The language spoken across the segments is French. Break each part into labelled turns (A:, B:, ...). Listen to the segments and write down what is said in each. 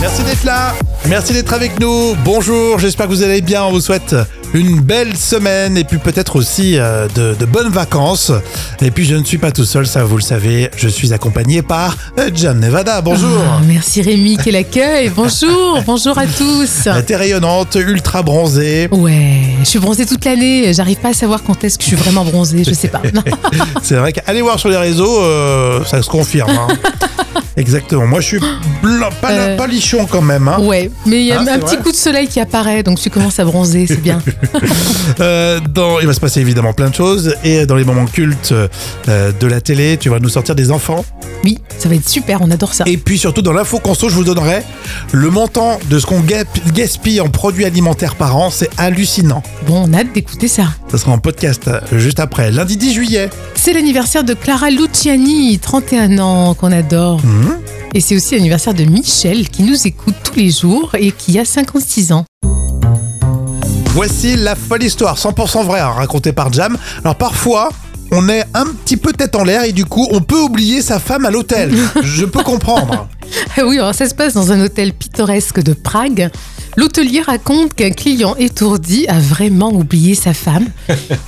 A: Merci d'être là. Merci d'être avec nous. Bonjour, j'espère que vous allez bien. On vous souhaite une belle semaine et puis peut-être aussi euh, de, de bonnes vacances. Et puis je ne suis pas tout seul, ça vous le savez. Je suis accompagné par euh, Jam Nevada. Bonjour.
B: Ah, merci Rémi, quel accueil. Bonjour, bonjour à tous.
A: Elle était rayonnante, ultra bronzée.
B: Ouais, je suis bronzée toute l'année. J'arrive pas à savoir quand est-ce que je suis vraiment bronzée. Je sais pas.
A: C'est vrai qu'aller voir sur les réseaux, euh, ça se confirme. hein. Exactement. Moi, je suis blanc, pas,
B: Euh. Oh.
A: pas lichon quand même. hein.
B: Ouais, mais il y a
A: Ah, c'est
B: un petit
A: vrai
B: coup de soleil qui apparaît, donc tu commences à bronzer, c'est bien.
A: Euh, dans, il va se passer évidemment plein de choses. Et dans les moments cultes euh, de la télé, tu vas nous sortir des enfants.
B: Oui, ça va être super, on adore ça.
A: Et puis surtout, dans l'info conso, je vous donnerai le montant de ce qu'on ga- gaspille en produits alimentaires par an. C'est hallucinant.
B: Bon, on a hâte d'écouter ça.
A: Ça sera en podcast euh, juste après, lundi 10 juillet.
B: C'est l'anniversaire de Clara Luciani, 31 ans, qu'on adore.
A: Mhm.
B: Et c'est aussi l'anniversaire de Michel, qui nous écoute tous les jours et qui a 56 ans.
A: Voici la folle histoire, 100% vraie, hein, racontée par Jam. Alors parfois, on est un petit peu tête en l'air et du coup, on peut oublier sa femme à l'hôtel. Je peux comprendre.
B: Ah Oui, alors ça se passe dans un hôtel pittoresque de Prague. L'hôtelier raconte qu'un client étourdi a vraiment oublié sa femme.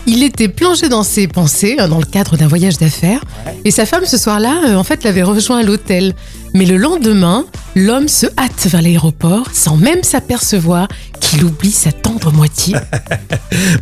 B: Il était plongé dans ses pensées hein, dans le cadre d'un voyage d'affaires. Et sa femme, ce soir-là, euh, en fait, l'avait rejoint à l'hôtel. Mais le lendemain, l'homme se hâte vers l'aéroport sans même s'apercevoir qu'il oublie sa tendre moitié.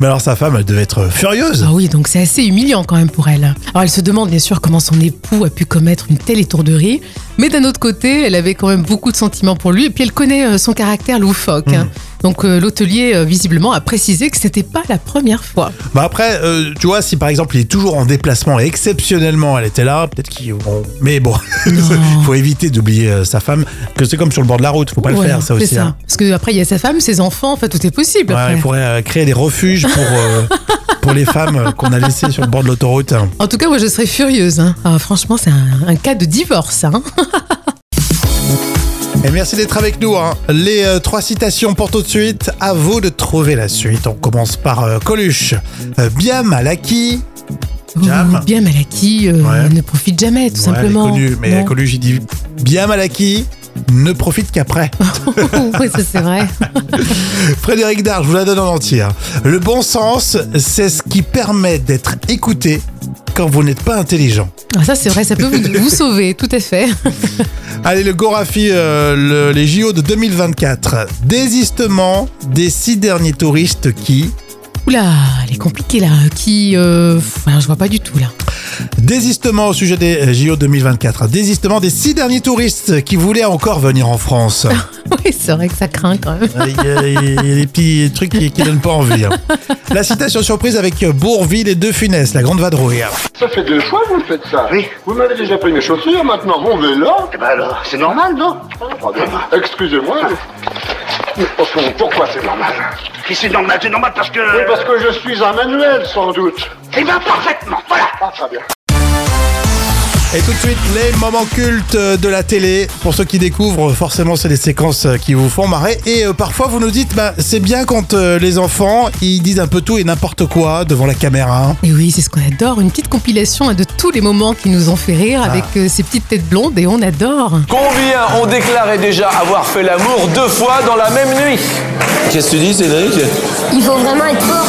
A: Mais alors sa femme, elle devait être furieuse.
B: Ah oui, donc c'est assez humiliant quand même pour elle. Alors elle se demande bien sûr comment son époux a pu commettre une telle étourderie, mais d'un autre côté, elle avait quand même beaucoup de sentiments pour lui, et puis elle connaît euh, son caractère loufoque. hein.
A: Mmh.
B: Donc euh, l'hôtelier, euh, visiblement, a précisé que c'était pas la première fois.
A: Bah après, euh, tu vois, si par exemple il est toujours en déplacement et exceptionnellement elle était là, peut-être qu'il. bon, mais bon, faut éviter d'oublier euh, sa femme, que c'est comme sur le bord de la route, faut pas le
B: Voilà,
A: faire ça
B: c'est
A: aussi. hein.
B: Parce que après, il y a sa femme, ses enfants, enfin tout est possible.
A: Ouais,
B: après.
A: il faudrait euh, créer des refuges pour, euh, pour les femmes euh, qu'on a laissées sur le bord de l'autoroute. hein.
B: En tout cas, moi je serais furieuse. hein. Ah, franchement, c'est un, un cas de divorce. hein.
A: Et merci d'être avec nous. hein. Les euh, trois citations pour tout de suite. À vous de trouver la suite. On commence par euh, Coluche. Euh, bien mal acquis. Jam.
B: Ouh, bien mal acquis, euh,
A: Ouais.
B: ne profite jamais, tout
A: Ouais, elle est
B: simplement.
A: connue, mais
B: Bon.
A: Coluche, il dit bien mal acquis. Ne profite qu'après.
B: oui, ça c'est vrai.
A: Frédéric Dard, je vous la donne en entière. Le bon sens, c'est ce qui permet d'être écouté quand vous n'êtes pas intelligent.
B: Ah, ça, c'est vrai, ça peut vous, vous sauver, tout à fait.
A: Allez, le Gorafi, euh, le- les JO de 2024. Désistement des six derniers touristes qui.
B: Oula, elle est compliquée là. Qui. Euh, pff, alors, je vois pas du tout là.
A: Désistement au sujet des euh, JO 2024. Désistement des six derniers touristes qui voulaient encore venir en France. Euh,
B: Oui, c'est vrai que ça craint quand même.
A: Il y, a- il y a des petits trucs qui, qui donnent pas envie. hein. La citation surprise avec euh, Bourvil et De Funès, la grande vadrouille. hein.
C: Ça fait deux fois que vous faites ça.
D: Oui.
C: Vous m'avez déjà pris mes chaussures, maintenant mon vélo. Oh,
D: Eh ben alors, c'est normal, non
C: Excusez-moi. Mais Enfin, pourquoi c'est normal
D: Et c'est normal, c'est normal parce que...
C: Oui, parce que je suis un manuel, sans doute.
D: Eh ben parfaitement, voilà
C: Ah, très bien.
A: Et tout de suite, les moments cultes de la télé. Pour ceux qui découvrent, forcément, c'est les séquences qui vous font marrer. Et euh, parfois, vous nous dites, bah, c'est bien quand euh, les enfants, ils disent un peu tout et n'importe quoi devant la caméra. hein.
B: Et oui, c'est ce qu'on adore, une petite compilation hein, de tous les moments qui nous ont fait rire
A: Ah.
B: avec euh, ces petites têtes blondes et on adore.
E: Combien ont déclaré déjà avoir fait l'amour deux fois dans la même nuit
F: Qu'est-ce que tu dis, Cédric
G: Il faut vraiment être fort.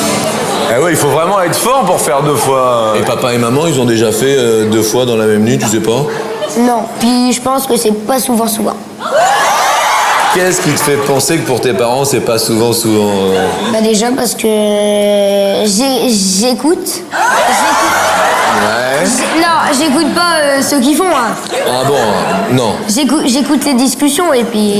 E: Eh oui, il faut vraiment être fort pour faire deux fois.
F: Et papa et maman, ils ont déjà fait euh, deux fois dans la même nuit, tu sais pas
G: Non, puis je pense que c'est pas souvent souvent.
F: Qu'est-ce qui te fait penser que pour tes parents, c'est pas souvent, souvent euh,
G: Bah déjà parce que j'ai- j'écoute. J'écoute-
F: Ouais.
G: j'ai- Non, j'écoute pas euh, ceux qui font. hein.
F: Ah bon euh, Non.
G: J'écou- J'écoute les discussions et puis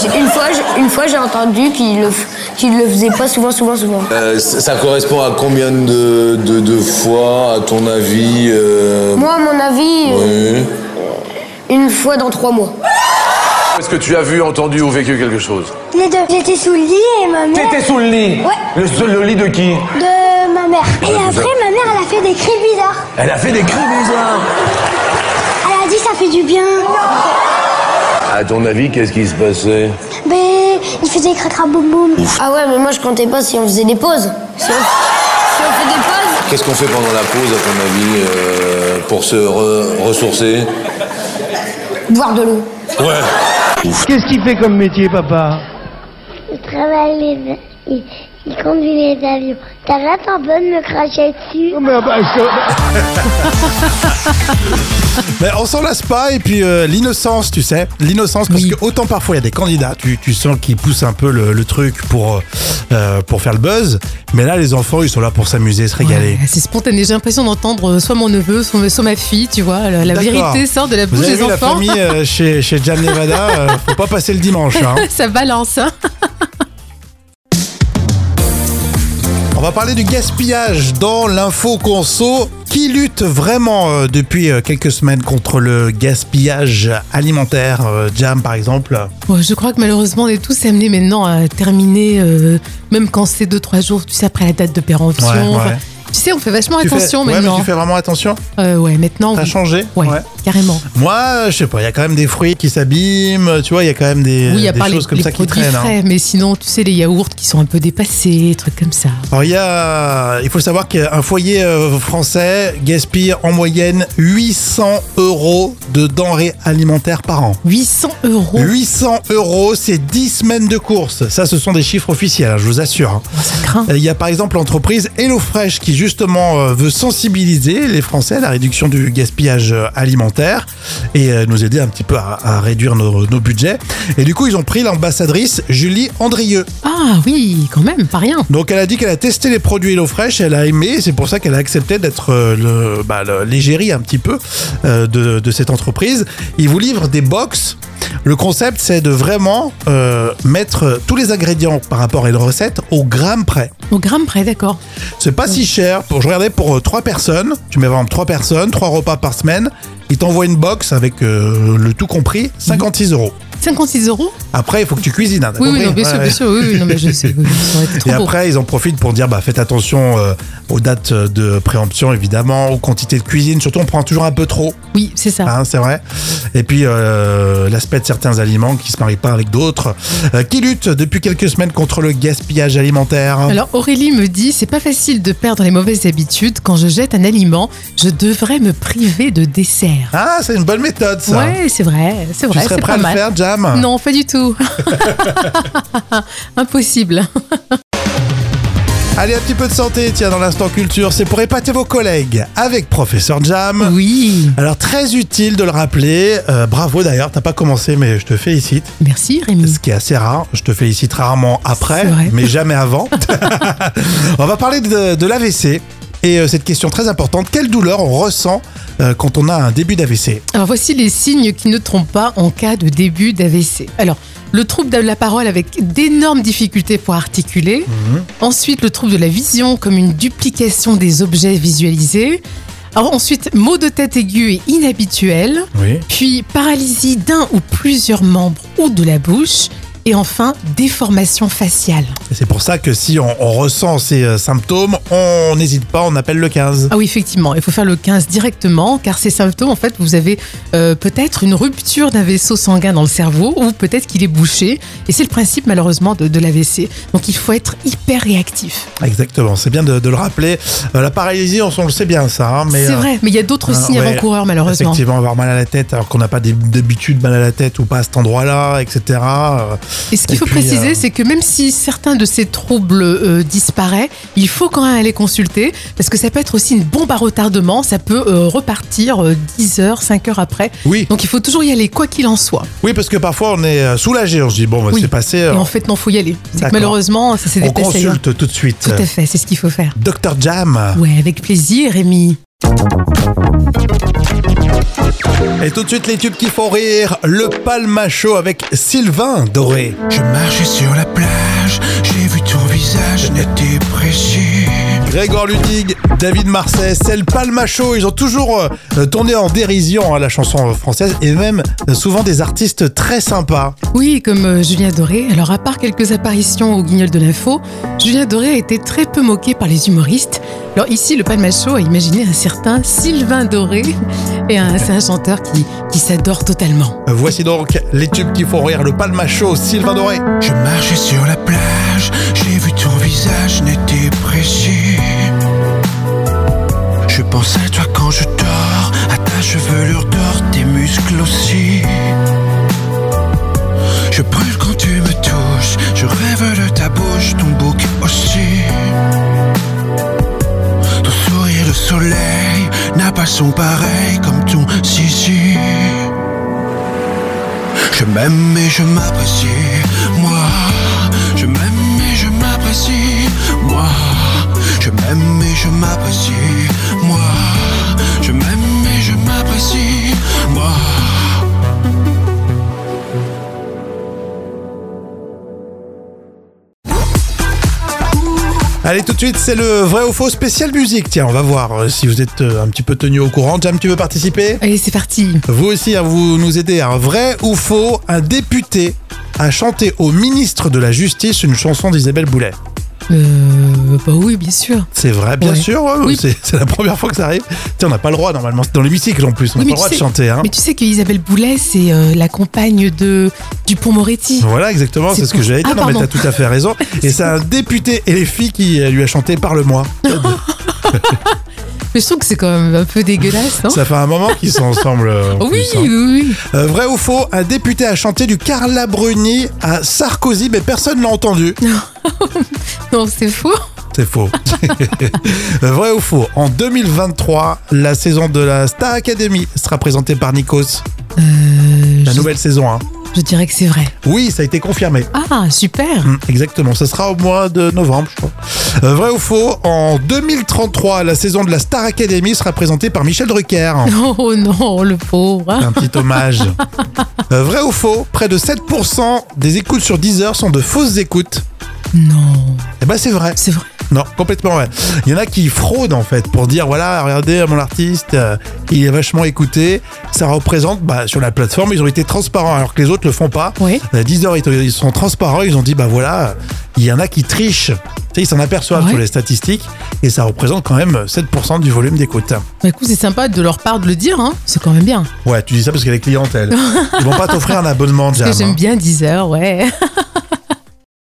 G: j'ai- une fois, j'ai- une fois j'ai entendu qu'ils le, f- qu'ils le faisaient pas souvent souvent souvent.
F: Euh, c- ça correspond à combien de, de, de fois, à ton avis euh,
G: Moi, à mon avis, euh,
F: oui.
G: une fois dans trois mois.
E: Est-ce que tu as vu, entendu ou vécu quelque chose
H: Les deux. J'étais sous le lit et ma mère.
E: T'étais sous le lit
H: Ouais.
E: le, sous le lit de qui
H: De ma mère. Et après, ma mère, elle a fait des cris bizarres.
E: Elle a fait des cris bizarres
H: Elle a dit ça fait du bien.
E: À ton avis, qu'est-ce qui se passait
H: Mais Ben, il faisait cracra boum boum.
G: Ah ouais, mais moi je comptais pas si on faisait des pauses. Si on, si on fait des pauses.
F: Qu'est-ce qu'on fait pendant la pause, à ton avis, euh, pour se re- ressourcer
G: Boire de l'eau.
F: Ouais.
I: Qu'est-ce qu'il fait comme métier, papa
H: Il travaille les... Il, il conduit les avions. T'arrêtes en bonne de me cracher dessus.
I: Mais, bah, je-
A: Mais on s'en lasse pas et puis euh, l'innocence, tu sais, l'innocence parce
B: Oui.
A: que autant parfois il y a des candidats, tu, tu sens qu'ils poussent un peu le, le truc pour euh, pour faire le buzz, mais là les enfants ils sont là pour s'amuser, se régaler.
B: Ouais, c'est spontané. J'ai l'impression d'entendre euh, soit mon neveu, soit, soit ma fille, tu vois. La, la
A: D'accord.
B: vérité sort de la bouche
A: Vous avez
B: des
A: vu la
B: enfants.
A: famille euh, chez chez Jam Nevada, euh, faut pas passer le dimanche. hein.
B: Ça balance, hein.
A: On va parler du gaspillage dans l'info conso qui lutte vraiment euh, depuis euh, quelques semaines contre le gaspillage alimentaire. Euh, Jam par exemple.
B: Bon, je crois que malheureusement, on est tous amenés maintenant à terminer, euh, même quand c'est 2-3 jours, tu sais, après la date de péremption.
A: Ouais, ouais.
B: Enfin, Tu sais, on fait vachement
A: Tu fais-
B: attention
A: ouais, mais
B: maintenant.
A: tu fais vraiment attention.
B: Euh, ouais, maintenant.
A: T'as
B: oui.
A: changé.
B: Ouais, carrément.
A: Moi, je sais pas, il y a quand même des fruits qui s'abîment, tu vois, il y a quand même des,
B: oui, il y a
A: Euh, des
B: pas les,
A: choses comme
B: les
A: ça qui
B: produits
A: traînent. hein.
B: frais, mais sinon, tu sais, les yaourts qui sont un peu dépassés, des trucs comme ça.
A: Alors, il y a, il faut savoir qu'un foyer euh, français gaspille en moyenne 800 euros de denrées alimentaires par an.
B: 800 euros.
A: 800 euros, c'est 10 semaines de course. Ça, ce sont des chiffres officiels, hein, je vous assure. hein.
B: Ça craint.
A: Il y a par exemple l'entreprise HelloFresh qui justement euh, veut sensibiliser les Français à la réduction du gaspillage euh, alimentaire et euh, nous aider un petit peu à, à réduire nos, nos budgets. Et du coup, ils ont pris l'ambassadrice Julie Andrieux.
B: Ah oui, quand même, pas rien.
A: Donc elle a dit qu'elle a testé les produits HelloFresh, elle a aimé, c'est pour ça qu'elle a accepté d'être euh, le- bah, le- l'égérie un petit peu euh, de, de cette entreprise. Ils vous livrent des box. Le concept, c'est de vraiment euh, mettre tous les ingrédients par rapport à une recette au gramme près.
B: Au gramme près, d'accord.
A: C'est pas si cher. Pour, je regardais pour euh, trois personnes. Tu mets par exemple trois personnes, trois repas par semaine. Ils t'envoient une box avec euh, le tout compris, 56 euros.
B: 56 euros
A: Après, il faut que tu cuisines. hein, t'as
B: Oui, oui,
A: compris
B: non, bien
A: Ouais,
B: sûr,
A: ouais.
B: bien sûr. Oui, oui, non, mais je sais. oui, ça aurait été trop
A: Et
B: beau.
A: après, ils en profitent pour dire bah, faites attention euh, aux dates de préemption, évidemment, aux quantités de cuisine. Surtout, on prend toujours un peu trop,
B: Oui, c'est ça.
A: hein, c'est vrai. Et puis, euh, l'aspect de certains aliments qui se marient pas avec d'autres, euh, qui luttent depuis quelques semaines contre le gaspillage alimentaire.
B: Alors Aurélie me dit, c'est pas facile de perdre les mauvaises habitudes. Quand je jette un aliment, je devrais me priver de dessert.
A: Ah, c'est une bonne méthode, ça.
B: Ouais, c'est vrai, c'est
A: tu
B: vrai,
A: serais
B: c'est
A: prêt à
B: pas
A: le
B: mal.
A: faire, Jam
B: Non, pas du tout. Impossible.
A: Allez, un petit peu de santé, tiens, dans l'instant culture, c'est pour épater vos collègues avec Professeur Jam.
B: Mm. Oui.
A: Alors, très utile de le rappeler. Euh, bravo d'ailleurs, t'as pas commencé, mais je te félicite.
B: Merci Rémi.
A: Ce qui est assez rare. Je te félicite rarement après,
B: Mm. C'est vrai.
A: mais jamais avant. on va parler de, de l'AVC et euh, cette question très importante. Quelle douleur on ressent euh, quand on a un début d'AVC
B: Alors voici les signes qui ne trompent pas en cas de début d'AVC. Alors, le trouble de la parole avec d'énormes difficultés pour articuler. Ensuite, le trouble de la vision comme une duplication des objets visualisés. Alors ensuite, maux de tête aigus et inhabituels.
A: Oui.
B: puis paralysie d'un ou plusieurs membres ou de la bouche, et enfin déformation faciale.
A: C'est pour ça que si on, on ressent ces euh, symptômes, on n'hésite pas, on appelle le 15.
B: Ah oui, effectivement, il faut faire le 15 directement, car ces symptômes, en fait, vous avez euh, peut-être une rupture d'un vaisseau sanguin dans le cerveau, ou peut-être qu'il est bouché, et c'est le principe malheureusement de, de l'AVC. Donc il faut être hyper réactif.
A: Exactement, c'est bien de, de le rappeler. Euh, la paralysie, on, on le sait bien ça, hein, mais...
B: C'est
A: euh,
B: vrai, mais il y a d'autres
A: Ah,
B: signes
A: ouais,
B: avant-coureurs malheureusement.
A: Effectivement, avoir mal à la tête alors qu'on n'a pas d'hab- d'habitude mal à la tête ou pas à cet endroit-là, etc. Euh,
B: Et ce
A: Et
B: qu'il faut
A: puis,
B: préciser,
A: euh,
B: c'est que même si certains de ces troubles euh, disparaissent, il faut quand même aller consulter parce que ça peut être aussi une bombe à retardement. Ça peut euh, repartir euh, 10 heures, 5 heures après.
A: Oui,
B: Donc il faut toujours y aller, quoi qu'il en soit.
A: oui, parce que parfois on est euh, soulagé, on se dit bon, bah,
B: Oui.
A: c'est passé,
B: Et
A: euh,
B: en fait, non, faut y aller. C'est que
A: D'accord.
B: malheureusement, ça s'est hein.
A: on
B: dépassé. ailleurs.
A: consulte tout de suite.
B: Tout à fait, c'est ce qu'il faut faire.
A: Docteur Jam.
B: Ouais, avec plaisir, Rémi.
A: Et tout de suite les tubes qui font rire, le palmacho avec Sylvain Doré.
J: Je marchais sur la plage, j'ai vu ton visage, n'était précis.
A: Grégoire Ludig, David Marsay, c'est le palmacho. Ils ont toujours euh, euh, tourné en dérision hein, la chanson euh, française et même euh, souvent des artistes très sympas.
B: Oui, comme euh, Julien Doré. Alors, à part quelques apparitions au Guignol de l'info, Julien Doré a été très peu moqué par les humoristes. Alors ici, le Palmacho a imaginé un certain Sylvain Doré. Et un- c'est un chanteur qui, qui s'adore totalement.
A: Euh, Voici donc les tubes qui font rire, le palmacho, Sylvain Doré.
J: Je marchais sur la plage, j'ai vu ton visage, n'était précis. Je pense à toi quand je dors, à ta chevelure d'or, tes muscles aussi. sont pareils comme ton si Je m'aime et je m'apprécie, moi. Je m'aime et je m'apprécie, moi. Je m'aime et je m'apprécie, moi. Je m'aime et je m'apprécie, moi.
A: Allez, tout de suite, c'est le vrai ou faux spécial musique. Tiens, on va voir euh, si vous êtes euh, un petit peu tenu au courant. Jam, tu veux participer
B: Allez, c'est parti.
A: Vous aussi, hein, vous nous aidez. Un vrai ou faux, un député a chanté au ministre de la Justice une chanson d'Isabelle Boulet.
B: Euh, bah oui, bien sûr.
A: C'est vrai, bien
B: Ouais.
A: sûr. ouais,
B: Oui.
A: C'est c'est la première fois que ça arrive. Tiens, on n'a pas le droit normalement. C'est dans l'hémicycle en plus. On n'a pas
B: Oui, mais
A: le droit
B: tu
A: de
B: sais-
A: chanter. Hein.
B: Mais tu sais que Isabelle Boulet, c'est euh, la compagne de Dupont Moretti.
A: Voilà, exactement, c'est
B: C'est
A: ce que
B: pour-
A: j'avais dit.
B: Ah,
A: non, mais t'as
B: pardon.
A: tout à fait raison. Et c'est un député et les filles qui euh, lui a chanté Parle-moi.
B: Mais je trouve que c'est quand même un peu dégueulasse, non
A: Ça fait un moment qu'ils sont ensemble. euh, en
B: Oh. Oui,
A: plus, hein.
B: oui, oui.
A: Euh, vrai ou faux, un député a chanté du Carla Bruni à Sarkozy, mais personne l'a entendu.
B: Non, c'est faux.
A: C'est faux. Euh, vrai ou faux, en 2023, la saison de la Star Academy sera présentée par Nikos.
B: Euh,
A: La
B: je,
A: nouvelle saison, hein.
B: je dirais que c'est vrai.
A: Oui, ça a été confirmé.
B: Ah, super.
A: Mm, Exactement, ça sera au mois de novembre, je crois. Euh, vrai ou faux, en 2033, la saison de la Star Academy sera présentée par Michel Drucker.
B: Oh non, le pauvre. hein.
A: Un petit hommage. Euh, vrai ou faux, près de 7% des écoutes sur Deezer sont de fausses écoutes.
B: Ah. Non,
A: Eh ben c'est vrai.
B: c'est vrai.
A: Non, complètement vrai. Il y en a qui fraudent en fait pour dire voilà, regardez mon artiste, euh, il est vachement écouté. Ça représente, bah, sur la plateforme, ils ont été transparents alors que les autres le font pas.
B: Oui.
A: Euh, Deezer, ils- ils sont transparents, ils ont dit bah voilà, il y en a qui trichent. Tu sais, ils s'en aperçoivent
B: Ouais.
A: sur les statistiques et ça représente quand même 7% du volume d'écoute.
B: Bah écoute, c'est sympa de leur part de le dire, hein. c'est quand même bien.
A: Ouais, tu dis ça parce qu'elle est clientèle. Ils vont pas t'offrir un abonnement,
B: Parce
A: Jam.
B: que j'aime
A: hein.
B: bien Deezer, ouais.